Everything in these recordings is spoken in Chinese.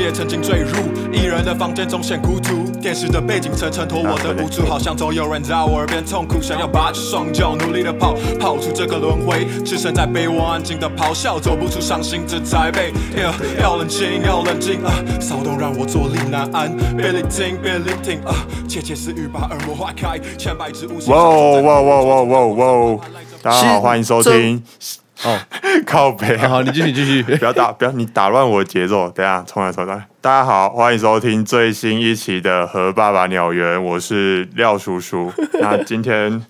也曾经坠入一人的房间中显孤独，电视的背景层衬托我的无助，好像总有人在我耳边痛哭，想要拔起双脚努力的跑，跑出这个轮回，置身在被窝安静的咆哮，走不出伤心这宅被。Yeah, 要冷静，要冷静啊！骚动让我坐立难安，别聆听，别聆听啊！窃窃私语把耳膜划开，千百只无形。哇哦哇哦哇哦哇哦哇哦！大家好，欢迎收听。哦，靠北、啊啊， 好，你继续，你继续不。要打，不要你打乱我的节奏。等一下，重来，重来。大家好，欢迎收听最新一期的《和爸爸鸟园》，我是廖叔 叔。那今天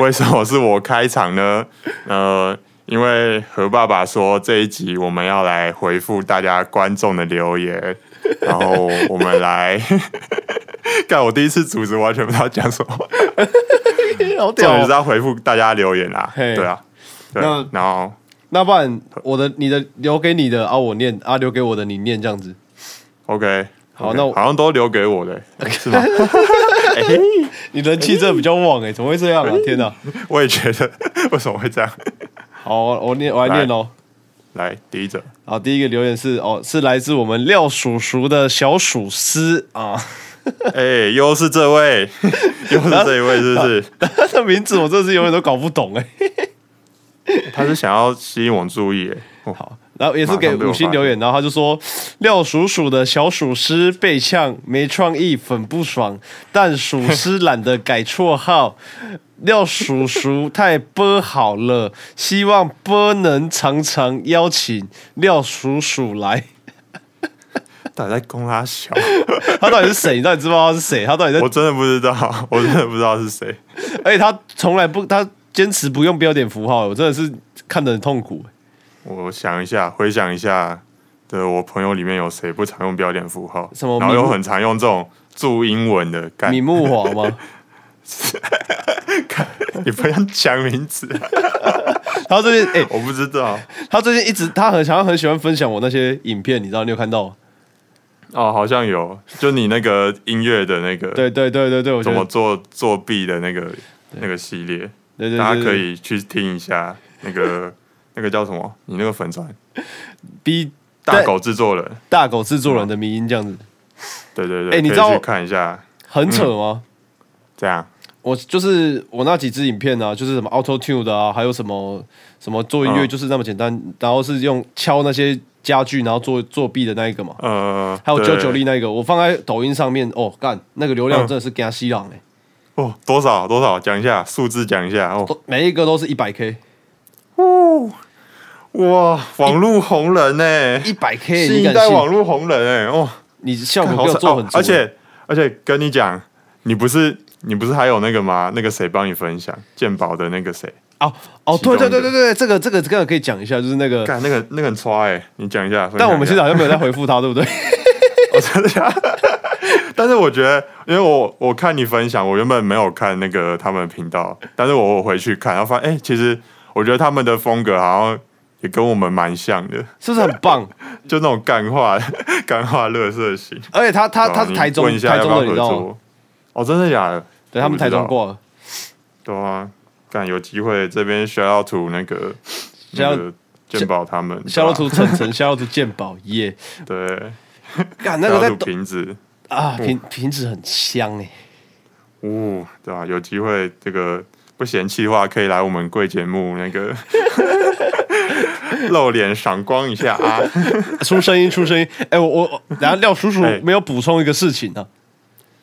为什么是我开场呢？呃，因为和爸爸说这一集我们要来回复大家观众的留言， 然后我们来。 干，我第一次组织完全不知道讲什么，好重点屌是要回复大家留言啦。嘿对啊，对那，然后那不然我的、你的留给你的啊，我念啊，留给我的你念这样子。 OK，好 OK，那我好像都留给我的、是 吗？哎你人气真的比较旺哎、怎么会这样 啊？天哪！我也觉得， 为什么会这样？好，我我念，我来念哦。来，第一者，好，第一个留言是哦，是来自我们廖叔叔的小鼠师啊， 哎、又是这位，又是这一位，是不是？他的名字我真的是永远都搞不懂哎、他是想要吸引我注意、哎哦好，然后也是给五星留言，然后他就说廖鼠鼠的小鼠师被呛，没创意，粉不爽，但鼠师懒得改绰号，廖鼠鼠太波好了，希望波能常常邀请廖鼠鼠来。到底在攻他小？他到底是谁？你到底知不知道他是谁？他到底在我？真的不知道， 我真的不知道是谁。而且他从来不，他坚持不用标点符号，我真的是看得很痛苦。我想一下，回想一下，对我朋友里面有谁不常用标点符号？什么然后米又木很常用这种注英文的，干米木华吗？干， 你不要讲名 字、他最近哎、我不知道。他最近一直他很想很喜欢分享我那些影片，你知道你有看到吗？哦，好像有，就你那个音乐的那个，对对对对对，我觉怎么得做作弊的那个那个系列，对对对大家对可以去听一下那个 那个叫什么？你那个粉砖逼大狗制作人，大狗制作人的迷音这样子，对对对，哎你可以知道去看一下，很扯嗯吗？这样我就是我那几支影片啊，就是什么 Auto Tune 的啊，还有什么什么做音乐嗯就是那么简单，然后是用敲那些家具，然后做作弊的那一个嘛，呃，还有对嗯九九力那一个，我放在抖音上面，哦干，那个流量真的是给他吸浪哎、哦，多少多少讲一下数字，讲一下哦，都每一个都是一百 K，哇，网络红人呢、一百 K，新你一敢代信？网络红人哎、哦。你效看果好给我扯做哦很足、欸而且而且跟你讲，你不是你不是还有那个吗？那个谁帮你分享鉴宝的那个谁？哦哦，其中对一对个对对对，这个这个这个可以讲一下，就是那个，干那个那个很差哎、你讲一下。分享一但下 我们现在好像没有在回复他，对不 对？我真的假的，但是我觉得，因为我我看你分享，我原本没有看那个他们的频道，但是我回去看，然后发现哎、其实我觉得他们的风格好像也跟我们蛮像的，是不是很棒？就那种干话 干话乐色型。而且他他对吧啊他是你台中问一下台要中不要的，合你知道吗？作？哦，真的假的？对他们台中过。过了，对啊，干有机会这边 shout out to 那个要那个鉴宝他们啊夏洛图城 城，夏洛图鉴宝耶，对，干那那个在个抖瓶子，啊嗯瓶瓶子很香哎，呜、对啊，有机会这个不嫌弃的话，可以来我们贵节目那 个 露脸赏光一下啊。出声音出声音哎，我我我然后廖叔叔哎没有补充一个事情啊，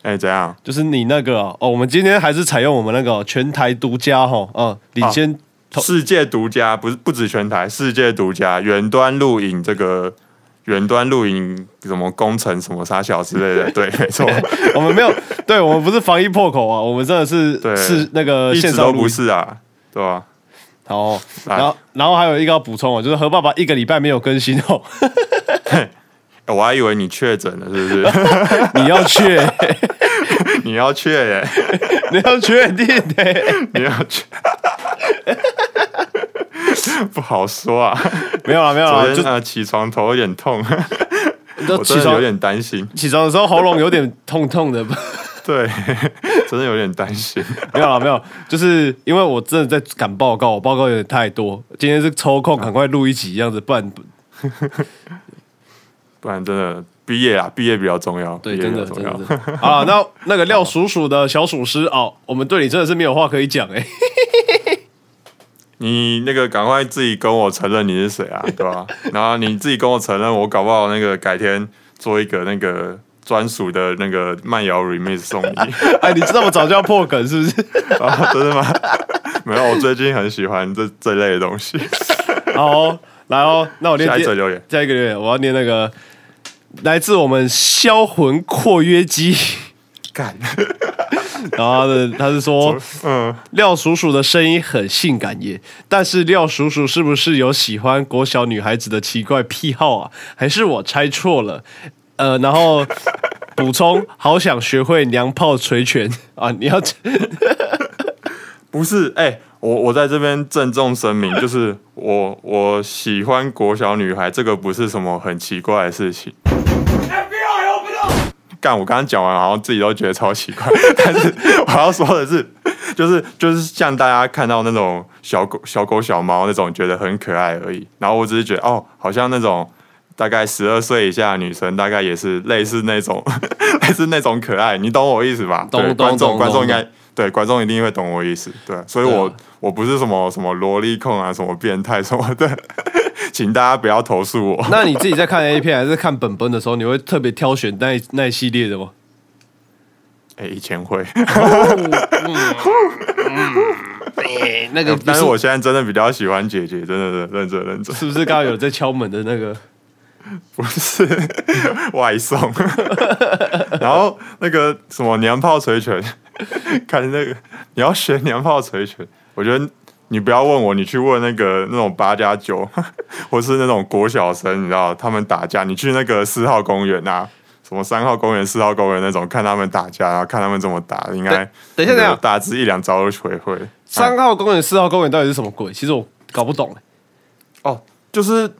哎、怎样？就是你那个啊哦，我们今天还是采用我们那个全台独家哈，嗯，领啊先投世界独家不是不止全台，世界独家远端录影这个。远端录影什么工程什么傻小之类的，对，没 错，我们没有，对我们不是防疫破口啊，我们真的是对是那个一呃线直上都录不音。是啊，对吧、好哦，哎然后然后还有一个要补充哦，就是何爸爸一个礼拜没有更新哦， 哎我还以为你确诊了，是不是？你要去，你要去 耶，你要确定哎的、你要去， 不好说啊。没有啦，没有昨啦，天就呃起床头有点 痛，都我起真的有床点担心。起床的时候喉咙有点痛 痛的，对，真的有点担心。没有啦，没有，就是因为我真的在赶报告，我报告有点太多，今啊天是抽空赶快录一集这样子，不然不然真的毕业啊，毕业比较重要，对，毕业真比较的重真要的。真的啊！那那个廖鼠鼠的小鼠师哦，我们对你真的是没有话可以讲哎、 你那个赶快自己跟我承认你是谁啊，对 吧？然后你自己跟我承认，我搞不好那个改天做一个那个专属的那个慢摇 remix 送你哎，你这么早就要破梗是不是？ 啊，真的吗？ 没有，我最近很喜欢这这类的东西。 好哦、来哦，那我念下一第则留言，下一个留言，我要念那个来自我们销魂括约肌， 干，然后他的他是说嗯，廖鼠鼠的声音很性感耶，但是廖鼠鼠是不是有喜欢国小女孩子的奇怪癖好啊？还是我猜错了？呃，然后补充，好想学会娘炮捶拳啊！你要不是，哎、我我在这边郑重声明， 就是我我喜欢国小女孩，这个不是什么很奇怪的事情。干，我刚刚讲完，好像自己都觉得超奇怪。 但是我要说的是，就是就是像大家看到那种小狗、小狗、小猫那种，觉得很可爱而已。然后我只是觉得，哦，好像那种大概十二岁以下的女生，大概也是类似那种 类似那种可爱，你懂我意思吧？懂对懂观众懂观众懂应该 对观众一定会懂我意思。对，所以对啊我、我不是什么什么萝莉控啊，什么变态什么的， 请大家不要投诉我。那你自己在看 A 片还是看本本的时候，你会特别挑选那一那一系列的吗？哎、以前会。哎，那个 但是我现在真的比较喜欢姐姐，真的认真认真，是不是刚刚有在敲门的那个？不是 外送。 然后那个什么娘炮捶拳， 看那个你要学娘炮捶拳，我觉得你不要问我，你去问那个那种八加九， 或是那种国小生，你知道他们打架，你去那个四号公园啊。什么三号公园、四号公园那种，看他们打架，然后看他们怎么打，应该等等一下等一下大致一两招就学会。三号公园、四号公园到底是什么鬼？其实我搞不懂、哦，就是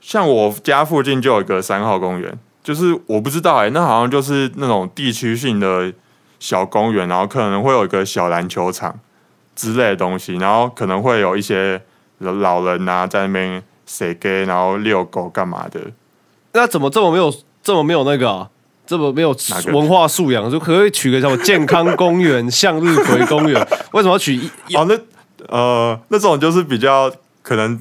像我家附近就有一个三号公园，就是我不知道哎、那好像就是那种地区性的小公园，然后可能会有一个小篮球场之类的东西，然后可能会有一些老老人啊在那边谁给，然后遛狗干嘛的。那怎么这么没有这么没有那个、啊，这么没有哪个文化素养？就可不可以取个什么健康公园、向日葵公园？ 为什么要取一？一哦，那呃，那种就是比较可能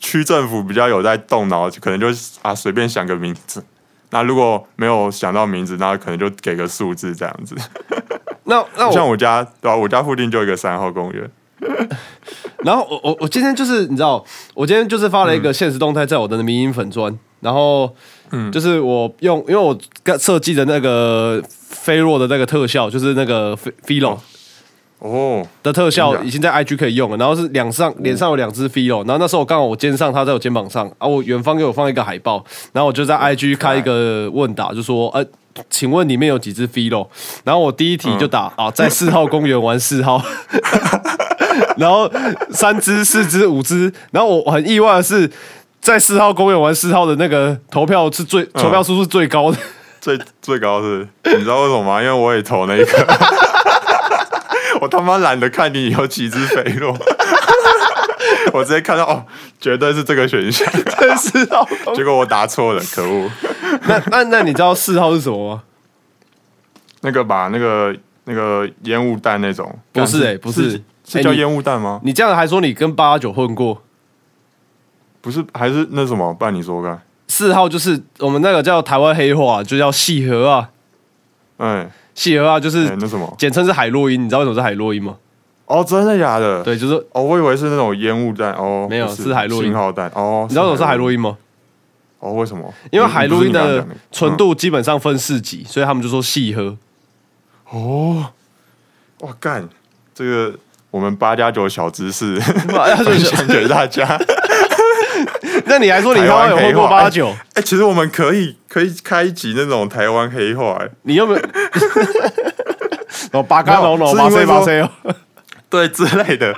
区政府比较有在动脑，可能就啊随便想个名字。那如果没有想到名字，那可能就给个数字这样子。那那像我，我家对吧、啊我家附近就有一个三号公园，然后我我我今天就是你知道，我今天就是发了嗯一个现实动态在我的迷音粉砖，然后就是我用因为我刚设计的那个飞洛的那个特效，就是那个飞飞龙。哦，的特效真的啊已经在 IG 可以用了，然后是两上脸上有两只飞哦，然后那时候我刚好我肩上，它在我肩膀上，啊，我远方给我放一个海报，然后我就在 IG 开一个问答，就说，呃，请问里面有几只飞哦？然后我第一题就打、啊，在四号公园玩四 号，然后三只、四只、五只，然后我很意外的是，在四号公园玩四号的那个投票是最投票数是最高的，最最高是，你知道为什么吗？因为我也投那个，我他妈懒得看你有几只肥肉，我直接看到哦，绝对是这个选项，在四号公园。结果我答错了，可恶！ 那那那你知道四号是什么吗？那个吧，那个那个烟雾弹那种，不是干欸不是是欸是叫你烟雾弹吗？你这样还说你跟八九混过？不是，还是那什么？不然你说看，四号就是我们那个叫台湾黑话，就叫细河啊，嗯，细河啊就是哎那什么？简称是海洛因，你知道为什么是海洛因吗？哦，真的假的？对，就是哦，我以为是那种烟雾弹哦，没有不是是海洛因信号弹哦。你知道为什么是海洛因？因吗？哦，为什么？因为海洛嗯不因是你的刚刚讲纯度基本上分四级，所以他们就说细喝。 嗯哦，哇干，这个我们八加九小知识 分 享给大家。那你还说你他妈有混过台湾黑话八九？哎，其实我们可以可以开一集那种台湾黑话，哎你有没 有？哦，八嘎龙龙，没有八是因塞为八塞哦。 对之类的。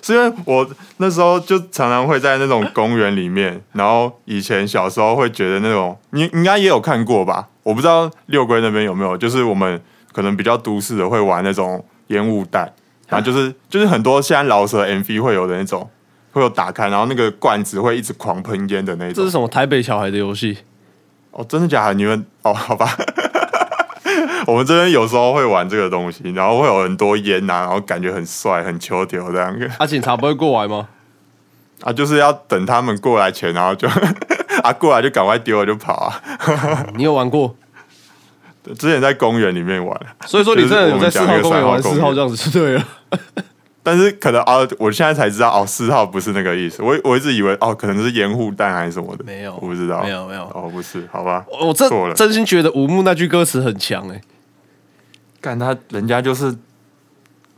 是因为我那时候就常常会在那种公园里面，然后以前小时候会觉得那种，你你应该也有看过吧？我不知道六龟那边有没有，就是我们可能比较都市的会玩那种烟雾弹，然后就是就是很多现在老舍 MV 会有的那种，会有打开，然后那个罐子会一直狂喷烟的那这种是。什么台北小孩的游戏？哦，真的假的？你们哦，好吧。 我们这边有时候会玩这个东西，然后会有很多烟呐、然后感觉很帅、很球丢这样啊，警察不会过来吗？啊，就是要等他们过来前，然后就 啊过来就赶快丢了就跑啊。你有玩过？之前在公园里面玩，所以说你真的有在就是四我号们讲那个公园玩三号公四园号这样子就对了。但是可能啊，我现在才知道哦，四号不是那个意思。我我一直以为哦，可能是烟雾弹还是什么的，没有我不知道，没有没有哦，不是，好吧，我真错了真心觉得五木那句歌词很强哎、干他，人家就是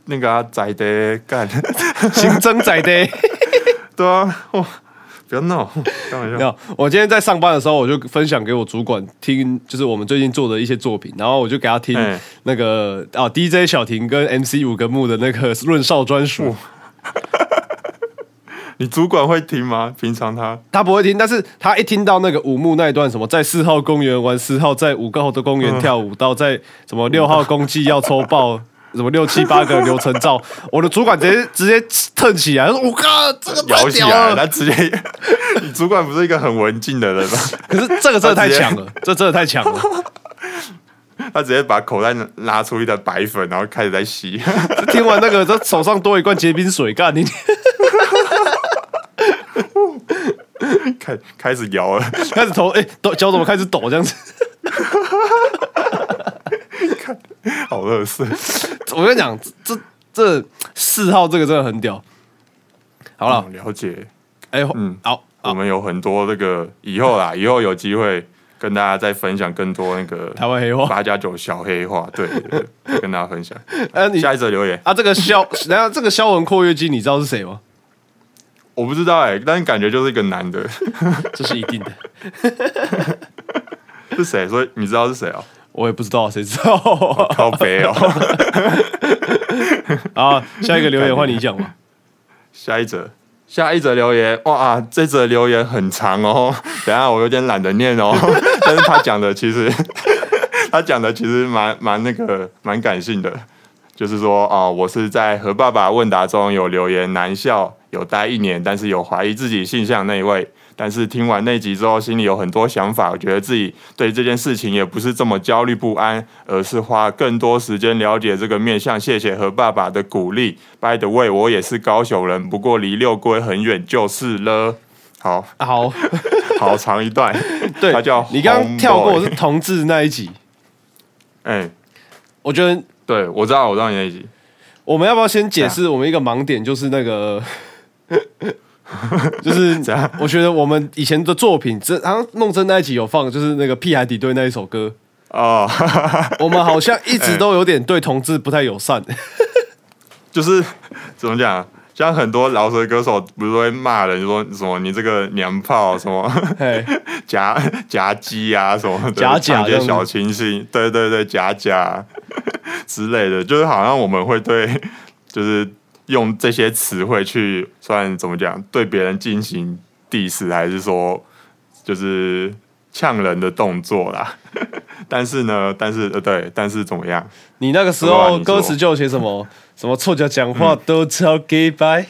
那个啊，宅的干， 新增仔的。对啊，哇，不要闹，开玩 没笑，有，我今天在上班的时候，我就分享给我主管听，就是我们最近做的一些作品，然后我就给他听哎那个啊 DJ 小婷跟 MC 五个木的那个论少专属，你主管会听吗？平常他他不会听，但是他一听到那个五木那一段什么在四号公园玩四号，在五个号的公园跳舞，到在什么六号公祭要抽爆， 什么六七八个流程照，我的主管直接直接蹭起来，他说我靠，这个摇太起屌来，他了！直接， 你主管不是一个很文静的人吗？可是这个真的他太直接强了，这真的太强了。 他直接把口袋拿出一袋白粉，然后开始在 吸。听完那个，这手上多一罐结冰水，干你！开开始摇了， 开始头哎、抖脚怎么开始抖这样子？好乐色。 我跟你讲，这这四号这个真的很屌。好了，嗯了解。哎、嗯好，我好，们有很多这个以后啦，以后有机会跟大家再分享更多那个台湾黑话八加九小黑话，对，对对跟大家分享。呃， 你下一则留言啊，这个肖，然后这个肖文括约肌，你知道是谁吗？我不知道哎、但是感觉就是一个男的，这是一定的，是谁？所以你知道是谁 哦、 我也不知道， 谁知道靠北哦、啊？下一个留言换你讲吧。下一则，下一则留言，哇，这则留言很长哦， 等一下我有点懒得念哦， 但是他讲的其实， 他讲的其实蛮蛮那个蛮感性的，就是说啊、我是在和爸爸问答中有留言男校有待一年，但是有怀疑自己性向那一位。但是听完那集之后，心里有很多想法，我觉得自己对这件事情也不是这么焦虑不安，而是花更多时间了解这个面向。谢谢和爸爸的鼓励。By the way，我也是高雄人，不过离六龟很远就是了。好啊好，好长一段， 对他叫，你刚刚跳过 Homeboy 是同志那一集，哎、我觉得对我知道，我知道你那一集，我们要不要先啊解释我们一个盲点，就是那个， 就是 怎样我觉得我们以前的作品，这好像梦真那一集有放，就是那个屁孩底队那一 首歌，哦，我们好像一直都有点对同志不太友 善。就是怎么讲，啊像很多饶舌歌手不是会骂人说什么你这个娘炮什么。嘿，夹夹击啊什么的，夹夹唱一这些样子小清新，对对对，夹夹 之类的，就是好像我们会对，就是用这些词汇去算怎么讲，对别人进行 diss，还是说就是呛人的动作啦。 但是呢，但是呃对，但是怎么样？你那个时好吧候你说歌词就有写什么什么臭脚讲话都超 gay 白，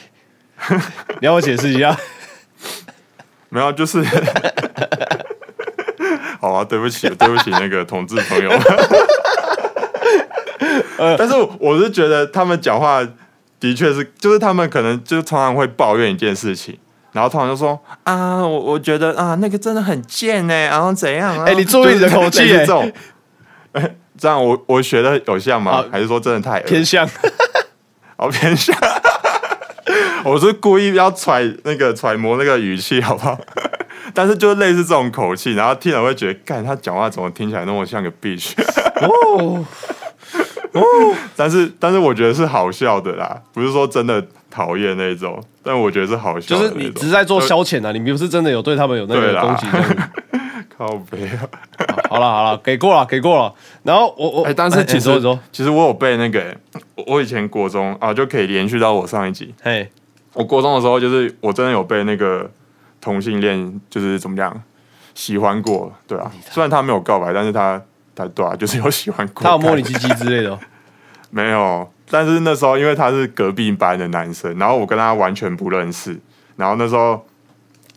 嗯你要我解释 一下？没有，就是，好啊，对不起，对不起，那个同志朋友。 但是我是觉得他们讲话的确是，就是他们可能就常常会抱怨一件事情，然后通常就说啊，我我觉得啊，那个真的很贱呢、然后怎样啊？哎你注意你的口气就是类似哎这种。 哎这样我我学的有像吗啊？还是说真的太恶偏向好偏向？ 我是故意要揣那个揣摩那个语气，好不好？ 但是就类似这种口气，然后听了会觉得，干他讲话怎么听起来那么像个 bitch？ 哦，但是但是我觉得是好笑的啦，不是说真的讨厌那种，但我觉得是好笑的就那是种。你只是在做消遣啊，你不是真的有对他们有那对个啦攻击这样子。靠背啊！好了好了，给过了给过了。然后我我，哎、但是你其实、哦说你说，其实我有被那个、我我以前国中啊，就可以连续到我上一集。嘿，我国中的时候，就是我真的有被那个同性恋，就是怎么讲，喜欢过，对啊。虽然他没有告白，但是他他对啊，就是有喜欢过。 他有摸你鸡鸡之类的哦，没有，但是那时候因为他是隔壁班的男生，然后我跟他完全不认识，然后那时候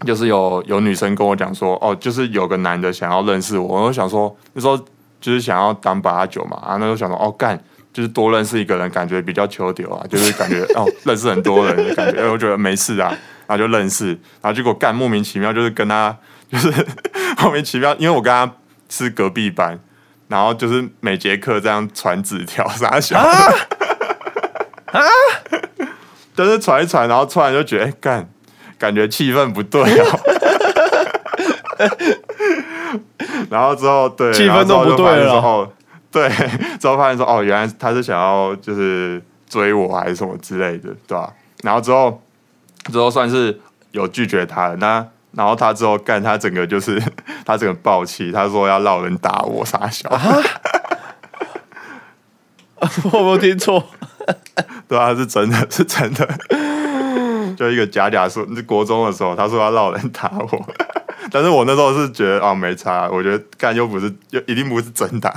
就是有有女生跟我讲说，哦，就是有个男的想要认识我，我就想说那时候就是想要当八九嘛，啊，那时候想说，哦，干。就是多认识一个人，感觉比较求丢啊，就是感觉哦，认识很多人，感觉哎我觉得没事啊，然后就认识，然后结果干莫名其妙就是跟他就是莫名其妙，因为我跟他是隔壁班，然后就是每节课这样传纸条啥小啊，就是传一传，然后突然就觉得哎干、感觉气氛不对哦。 然后之后对，气氛然后之后都就不对发现了说哦，对，之后发现说哦，原来他是想要就是追我还是什么之类的，对吧、然后之后之后算是有拒绝他了，那然后他之后干他整个就是 他整个暴气，他说要闹人打我傻小，啊我没有听错，对啊，是真的是 真的，就一个假假说，那国中的时候他说要闹人打我。 但是我那时候是觉得啊、哦、没差，我觉得干又不是又一定不是真打，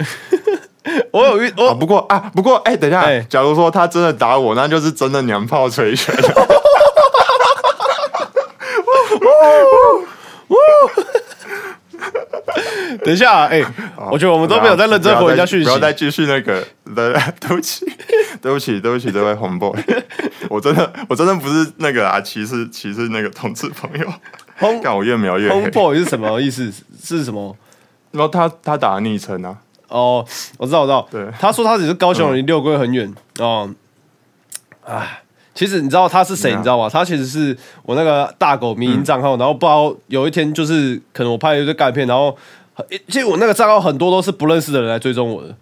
我有遇啊，我不过啊，不过哎、等一下，哎假如说他真的打我，那就是真的娘炮捶拳。等一下，哎，我 觉得我们都没有在认真回人家讯息不要，再继续那个， 对，对不起，对不起，对不起，这位红 boy，我 真的，我真的不是那个啊，歧视歧视那个同志朋友，红干我越描越黑红。boy 是什么意思？是什么？然后他他打的昵称啊，哦，我知道，我知道。对他说他只是高雄人，离六龟很远。哦，哎，其实你知道他是谁？嗯你知道吗？他其实是我那个大狗迷音账号，然后不知道有一天就是可能我拍了一堆干片，然后诶其实我那个账号很多都是不认识的人来追踪我的，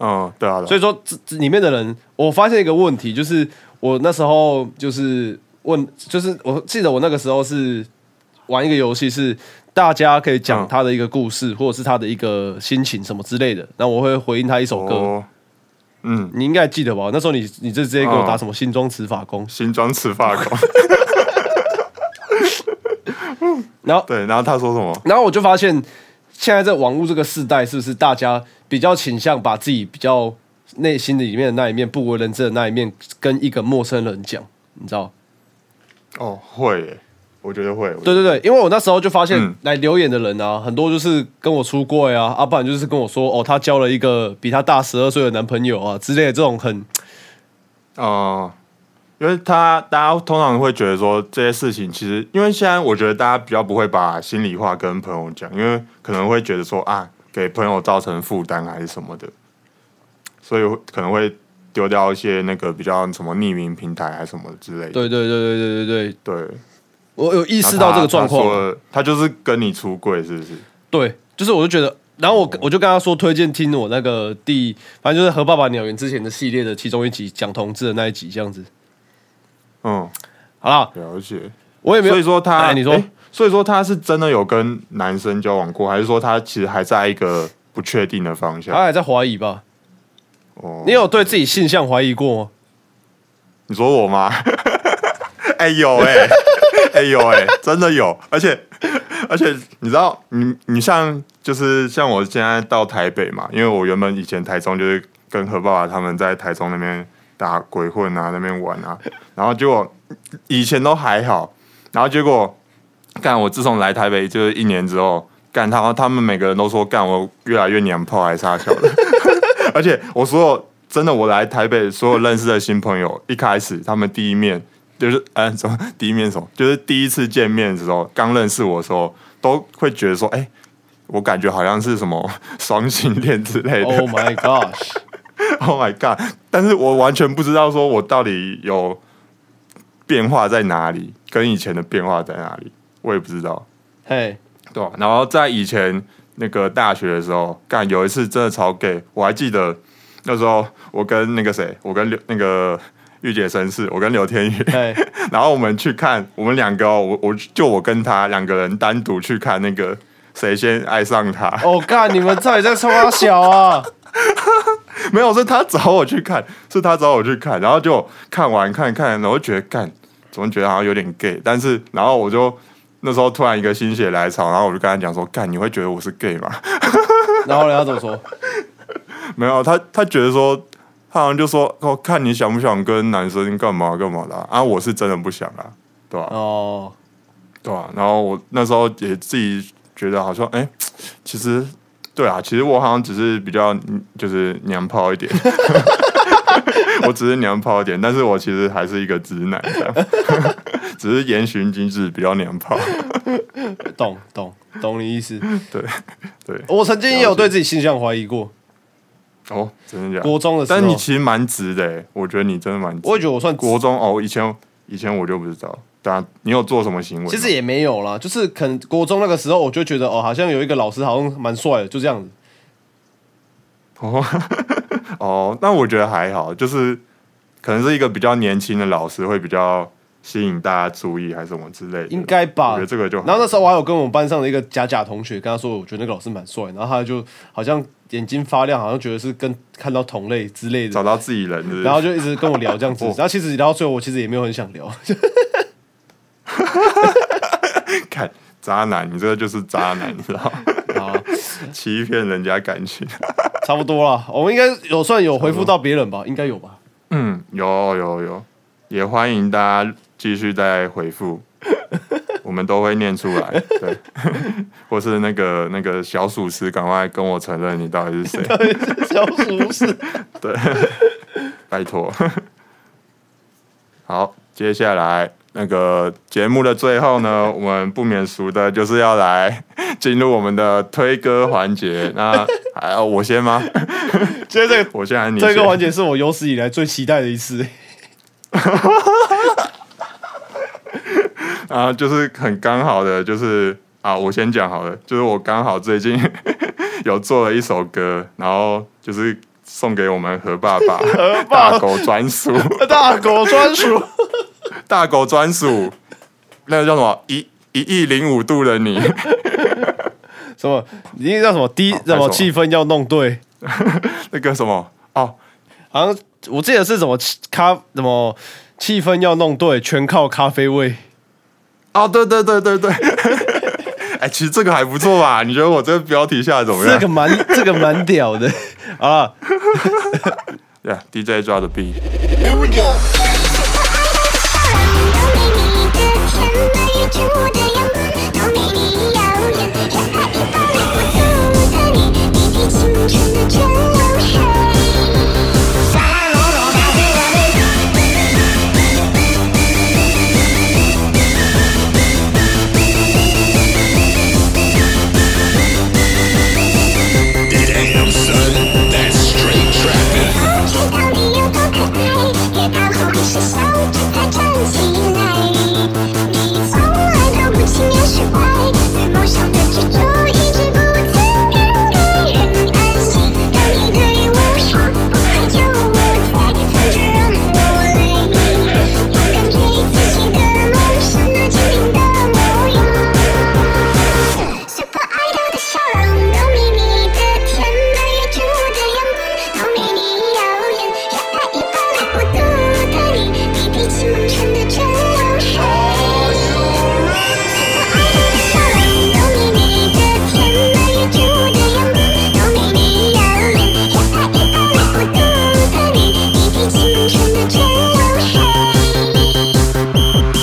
嗯，对啊，所对以啊说这这里面的人，我发现一个问题，就是我那时候就是问，就是我记得我那个时候是玩一个游戏，是大家可以讲嗯他的一个故事，或者是他的一个心情什么之类的，然后我会回应他一首歌。哦，嗯，你应该记得吧？那时候你你就直接给我打什么新装词法功，新装吃哦发狗， 然后对，然后他说什么？然后我就发现，现在在网络这个时代，是不是大家比较倾向把自己比较内心里面的那一面、不为人知的那一面，跟一个陌生人讲？你知道？哦，会耶，我觉得会，我对对对，因为我那时候就发现嗯来留言的人啊，很多就是跟我出柜啊，啊，不然就是跟我说哦，她交了一个比她大十二岁的男朋友啊之类的这种很哦、因为他大家通常会觉得说这些事情，其实因为现在我觉得大家比较不会把心里话跟朋友讲，因为可能会觉得说啊，给朋友造成负担还是什么的，所以会可能会丢掉一些那个比较什么匿名平台还是什么之类的。对对对对对对对，对，我有意意识到这个状况。啊他就是跟你出柜是不是？对，就是我就觉得，然后我哦我就跟他说推荐听我那个第，反正就是和爸爸鸟园之前的系列的其中一集讲同志的那一集这样子。嗯，好啦，了解。我也没有，所以说他，哎你说诶所以说他是真的有跟男生交往过，还是说他其实还在一个不确定的方向他？还在怀疑吧？哦啊你有对自己性向怀疑过吗？你说我 吗？哎、有哎、哎、有哎、真的有，而且而且你知道，你你像就是像我现在到台北嘛，因为我原本以前台中就是跟何爸爸他们在台中那边打鬼混啊，那边玩啊， 然后结果以前都还好，然后结果干我自从来台北就是一年之后，干他他们每个人都说干我越来越娘炮还是啥小的， 而且我所有真的我来台北所有认识的新朋友，一开始他们第一面就是嗯什么第一面什么，就是第一次见面的时候，刚认识我的时候，都会觉得说，哎、我感觉好像是什么双性恋之类的。 ？Oh my gosh！ Oh my god！但是我完全不知道说我到底有变化在哪里，跟以前的变化在哪里，我也不知道，嘿，对吧、然后在以前那个大学的时候，干有一次真的超 gay，我还记得那时候我跟那个谁，我跟刘那个御姐绅士，我跟刘天宇，嘿， 然后我们去看，我们两个哦、我我就我跟他两个人单独去看那个谁先爱上他。我哦干，你们到底在冲他小啊？ 没有，是他找我去看，是他找我去看，然后就看完看看，然后就觉得干，怎么觉得好像有点 gay，但是然后我就那时候突然一个心血来潮，然后我就跟他讲说，干，你会觉得我是 gay 吗？ 然后人家怎么说？没有，他他觉得说，他好像就说，哦，看你想不想跟男生干嘛干嘛的啊，啊我是真的不想啊，对吧、哦，对啊，然后我那时候也自己觉得好像，哎、其实对啊，其实我好像只是比较嗯就是娘炮一 点， 我只是娘炮一点，但是我其实还是一个直男这样， 只是言行举止比较娘炮。 懂懂懂你意思。 对对，我曾经也有对自己性向怀疑过，哦，真的假的？国中的时候但你其实蛮直的、欸，我觉得你真的蛮直。我也觉得我算直国中哦，以前以前我就不知道，对啊，你有做什么行为吗？其实也没有啦，就是可能国中那个时候，我就觉得哦，好像有一个老师好像蛮帅的，就这样子。哦哦，那我觉得还好，就是可能是一个比较年轻的老师会比较吸引大家注意，还是什么之类的。应该吧。我觉得这个就好然后那时候我还有跟我们班上的一个假假同学跟他说，我觉得那个老师蛮帅，然后他就好像眼睛发亮，好像觉得是跟看到同类之类找的，到自己人是不是然后就一直跟我聊这样子哦。然后其实聊到最后，我其实也没有很想聊， 看渣男，你这个就是渣 男，你知道吗？啊，欺骗人家感情。差不多啦。我们应该有算有回复到别人吧？应该有吧？嗯，有有有，也欢迎大家继续再回 复，我们都会念出来。 对，或是那个那个小鼠师，赶快跟我承认你到底是谁。小鼠是 对，拜托。好，接下来那个节目的最后呢，我们不免俗的就是要来 进入我们的推歌环节。那还要我先 吗？今天这个我先还是你这先个环节是我有史以来最期待的一次。啊，就是很刚好的，就是啊，我先讲好了，就是我刚好最近 有做了一首歌，然后就是送给我们何爸 爸爸大狗专属， 大狗专属，大狗专属，那个叫什么一一亿零五度的你， 什么？你那叫什么低？拍什手么啊气氛要弄对？那个什么哦，好像我记得是什么气咖什么气氛要弄对，全靠咖啡味。哦，对对对对 对，哎、其实这个还不错吧？你觉得我这个标题下的怎么这样？个蛮这个蛮屌 的啊！对、yeah,，DJ 抓的 B， Damn son, that's straight trapping. 知道你有多可爱，也当后你是小侦探站起来。你从来都不轻描是怪，对梦想的执着一直不曾让人安心。当你对我说不爱就不爱，他就让我来。勇敢追自己的梦，是那精灵的模样。Super Idol 的笑容，都迷你的甜，那夜住的阳光，都没你耀眼。也爱一把来孤独的你，比比起梦成的真有谁？Super Idol 的笑容，都迷你的甜，那夜住的阳光，都没你耀眼。也爱一把来孤独的你，比比起梦成的真有谁？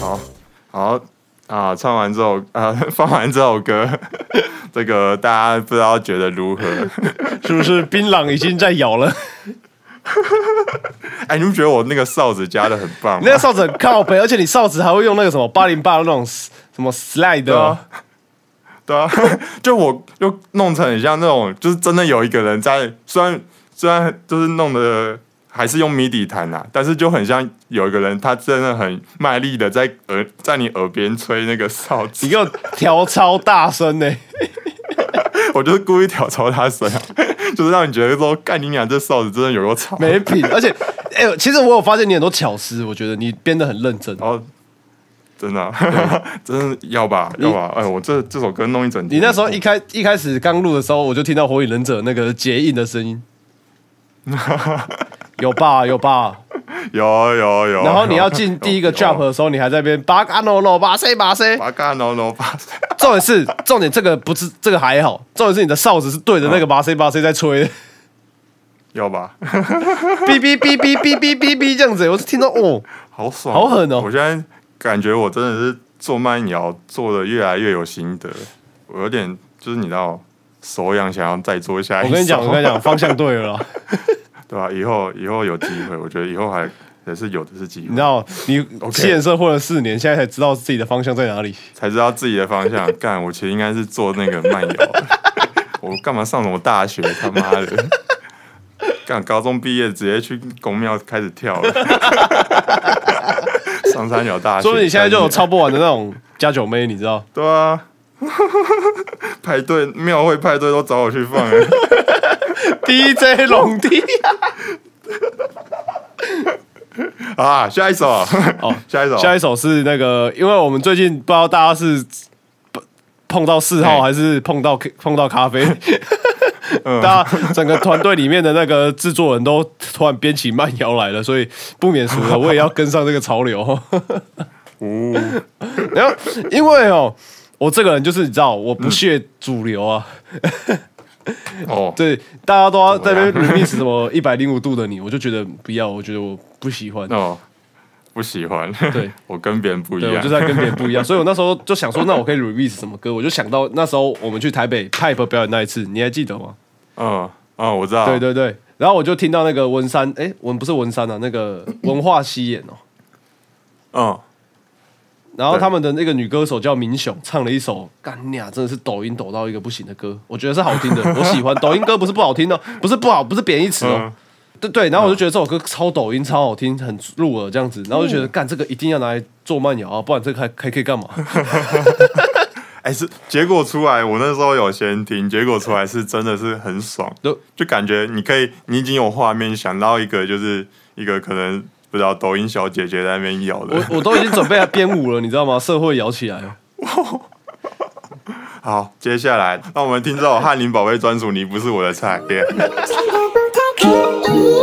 好，好啊，唱完这首 啊，放完这首歌， 这个大家不知道觉得如何？ 是不是槟榔已经在咬 了？哎、你们觉得我那个哨子加的很棒吗你那个？哨子很靠背，而且你哨子还会用那个什么八零八那种什么 slide 对的哦啊， 对啊，就我就弄成很像那种，就是真的有一个人在，虽然虽然就是弄的还是用米底弹啊，但是就很像有一个人，他真的很卖力的在耳在你耳边吹那个哨子你。给我调超大声呢、 我就是故意挑超他声啊， 就是让你觉得说，干你俩这哨子真的有够吵。没品。而且，哎、其实我有发现你很多巧思，我觉得你编的很认真。然后真的啊、 真的要吧，要吧，哎，我这这首歌弄一整你天，那时候一开一开始刚录的时候，我就听到《火影忍者》那个结印的声音，有吧有吧。有有有， 然后你要进第一个 jump 的时候，你还在那边巴嘎诺诺巴塞巴塞，巴嘎 no no 巴，重点是重点，这个不是这个还好，重点是你的哨子是对着那个八 C 八 C 在吹的， 要吧？哔哔哔哔哔哔哔哔这样子，我是听到哦，好爽，好狠哦我现在感觉我真的是做慢摇做的越来越有心得，我有点就是你知道手痒，想要再做下一首。我跟你讲，我跟你讲，方向对了啦。 对吧、以后以后有机会，我觉得以后还也是有的是机会，你知道，你 OK 七颜色混了四年，现在才知道自己的方向在哪里。才知道自己的方 向。干，我其实应该是做那个慢摇， 我干嘛上什么大学？他妈的！干，高中毕业直接去公庙开始跳 了，上山鸟大学。说不定你现在就有干超不完的那种加九妹，你知道？对啊，派对庙会派对都找我去放 了， DJ 龙弟，啊！下一首，哦，下一首，下一首是那个，因为我们最近不知道大家是碰碰到四号嘿嗯还是碰到碰到 咖啡，大家整个团队里面的那个制作人都突然编起慢摇来了，所以不免俗的，我也要跟上这个潮 流。呜，然后因为哦，我这个人就是你知道，我不屑主流啊。 哦，对，大家都要在那边 remix 什么一百零五度的你，我就觉得不要，我觉得我不喜 欢。哦，不喜欢，对， 我跟别人不一对，样，我就是在跟别人不一样，所以我那时候就想说，那我可以 remix 什么歌？我就想到那时候我们去台北 Pipe 表演那一次，你还记得吗？嗯嗯，我知道，对对对，然后我就听到那个文山，哎，文不是文山啊，那个文化西演哦，嗯，然后对他们的那个女歌手叫明雄，唱了一首干你啊，真的是抖音抖到一个不行的歌，我觉得是好 听的，我喜欢。抖音歌不是不好听哦，不是不好，不是贬义词哦。嗯对对，然后我就觉得这首歌超抖音、超好听，很入耳这样子，然后我嗯就觉得、干这个一定要拿来做慢摇啊，不然这个还还可以干嘛？ 哎、是结果出来，我那时候有先听，结果出来是真的是很爽，都就感觉你可以，你已经有画面想到一个，就是一个可能不知道抖音小姐姐在那边咬的我，我都已经准备要编舞了，你知道吗？社会摇起来了， 好，接下来让我们听这首翰林宝贝专属《你不是我的菜》耶真的不太可以，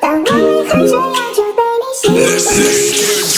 当我很这样就被你吸引。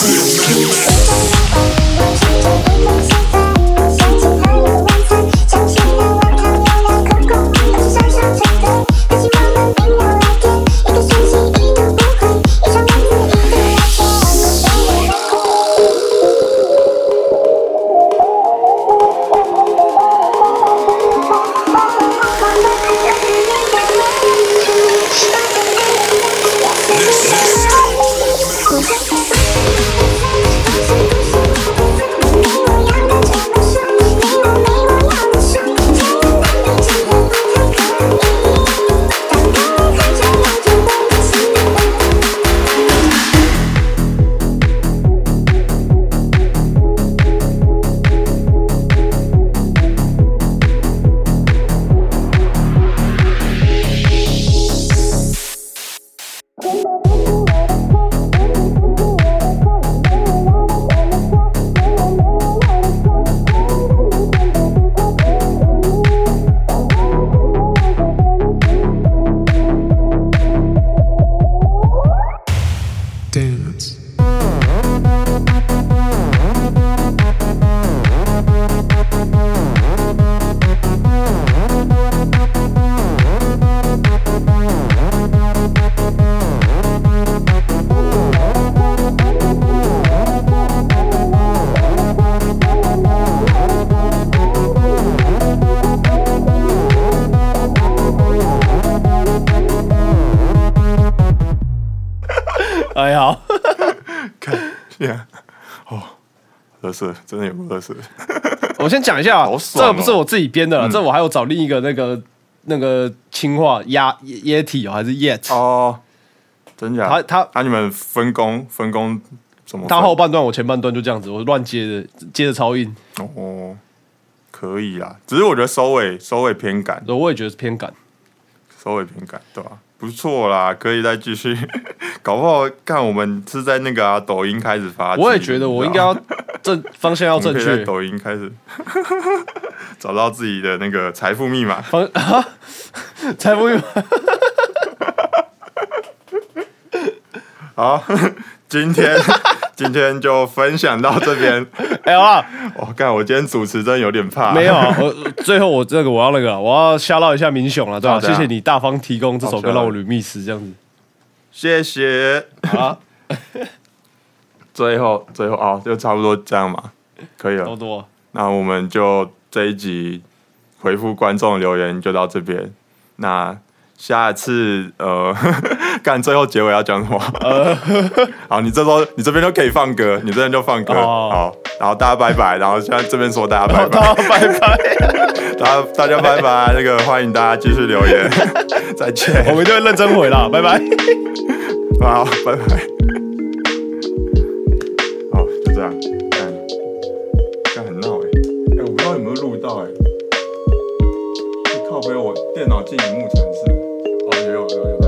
哎呀， ，yeah. 哦，乐色真的有乐色，我先讲一下啊，好这爽哦个不是我自己编的啦，这我还有找另一个那个那个青化鸭椰体哦，还是 yet，、哦，真假？他他啊，你们分工分工怎么分？他后半段我前半段就这样子，我乱接的，接的超硬，哦，可以啦，只是我觉得收尾收尾偏赶，所以我也觉得是偏感。稍微偏感，对吧、不错啦，可以再继续。 搞不好看我们是在那个啊抖音开始发迹，我也觉得我应该要正方向要啊你知道吗我们可以在正确，抖音开始 找到自己的那个财富密码。方 才 不会。好，今天 今天就分享到这边。哎呀，我、干，我今天主持真有点怕。没有，啊我最后我这个我要那个，啊我要瞎唠一下民雄了，啊对吧、好的谢谢你大方提供这首歌啊好的让我 remix 这样子。 谢谢。好啊， 最后，最后哦，就差不多这样嘛，可以多了。 多，啊那我们就这一集回复观众留言就到这边。那下次呃， 干最后结尾要讲什么？呃 好，你这周你这边就可以放歌，你这边就放歌。哦好，然后大家拜拜，然后现在这边说大家拜拜。好，拜拜， 大家大家拜拜，那个欢迎大家继续留言， 再我见，们就会认真回啦，拜拜。好，拜拜，好，就这样，干，干很闹哎、欸，哎、我不知道有没有录到哎、欸，靠背我电脑进荧幕程式，哦，也有有有在。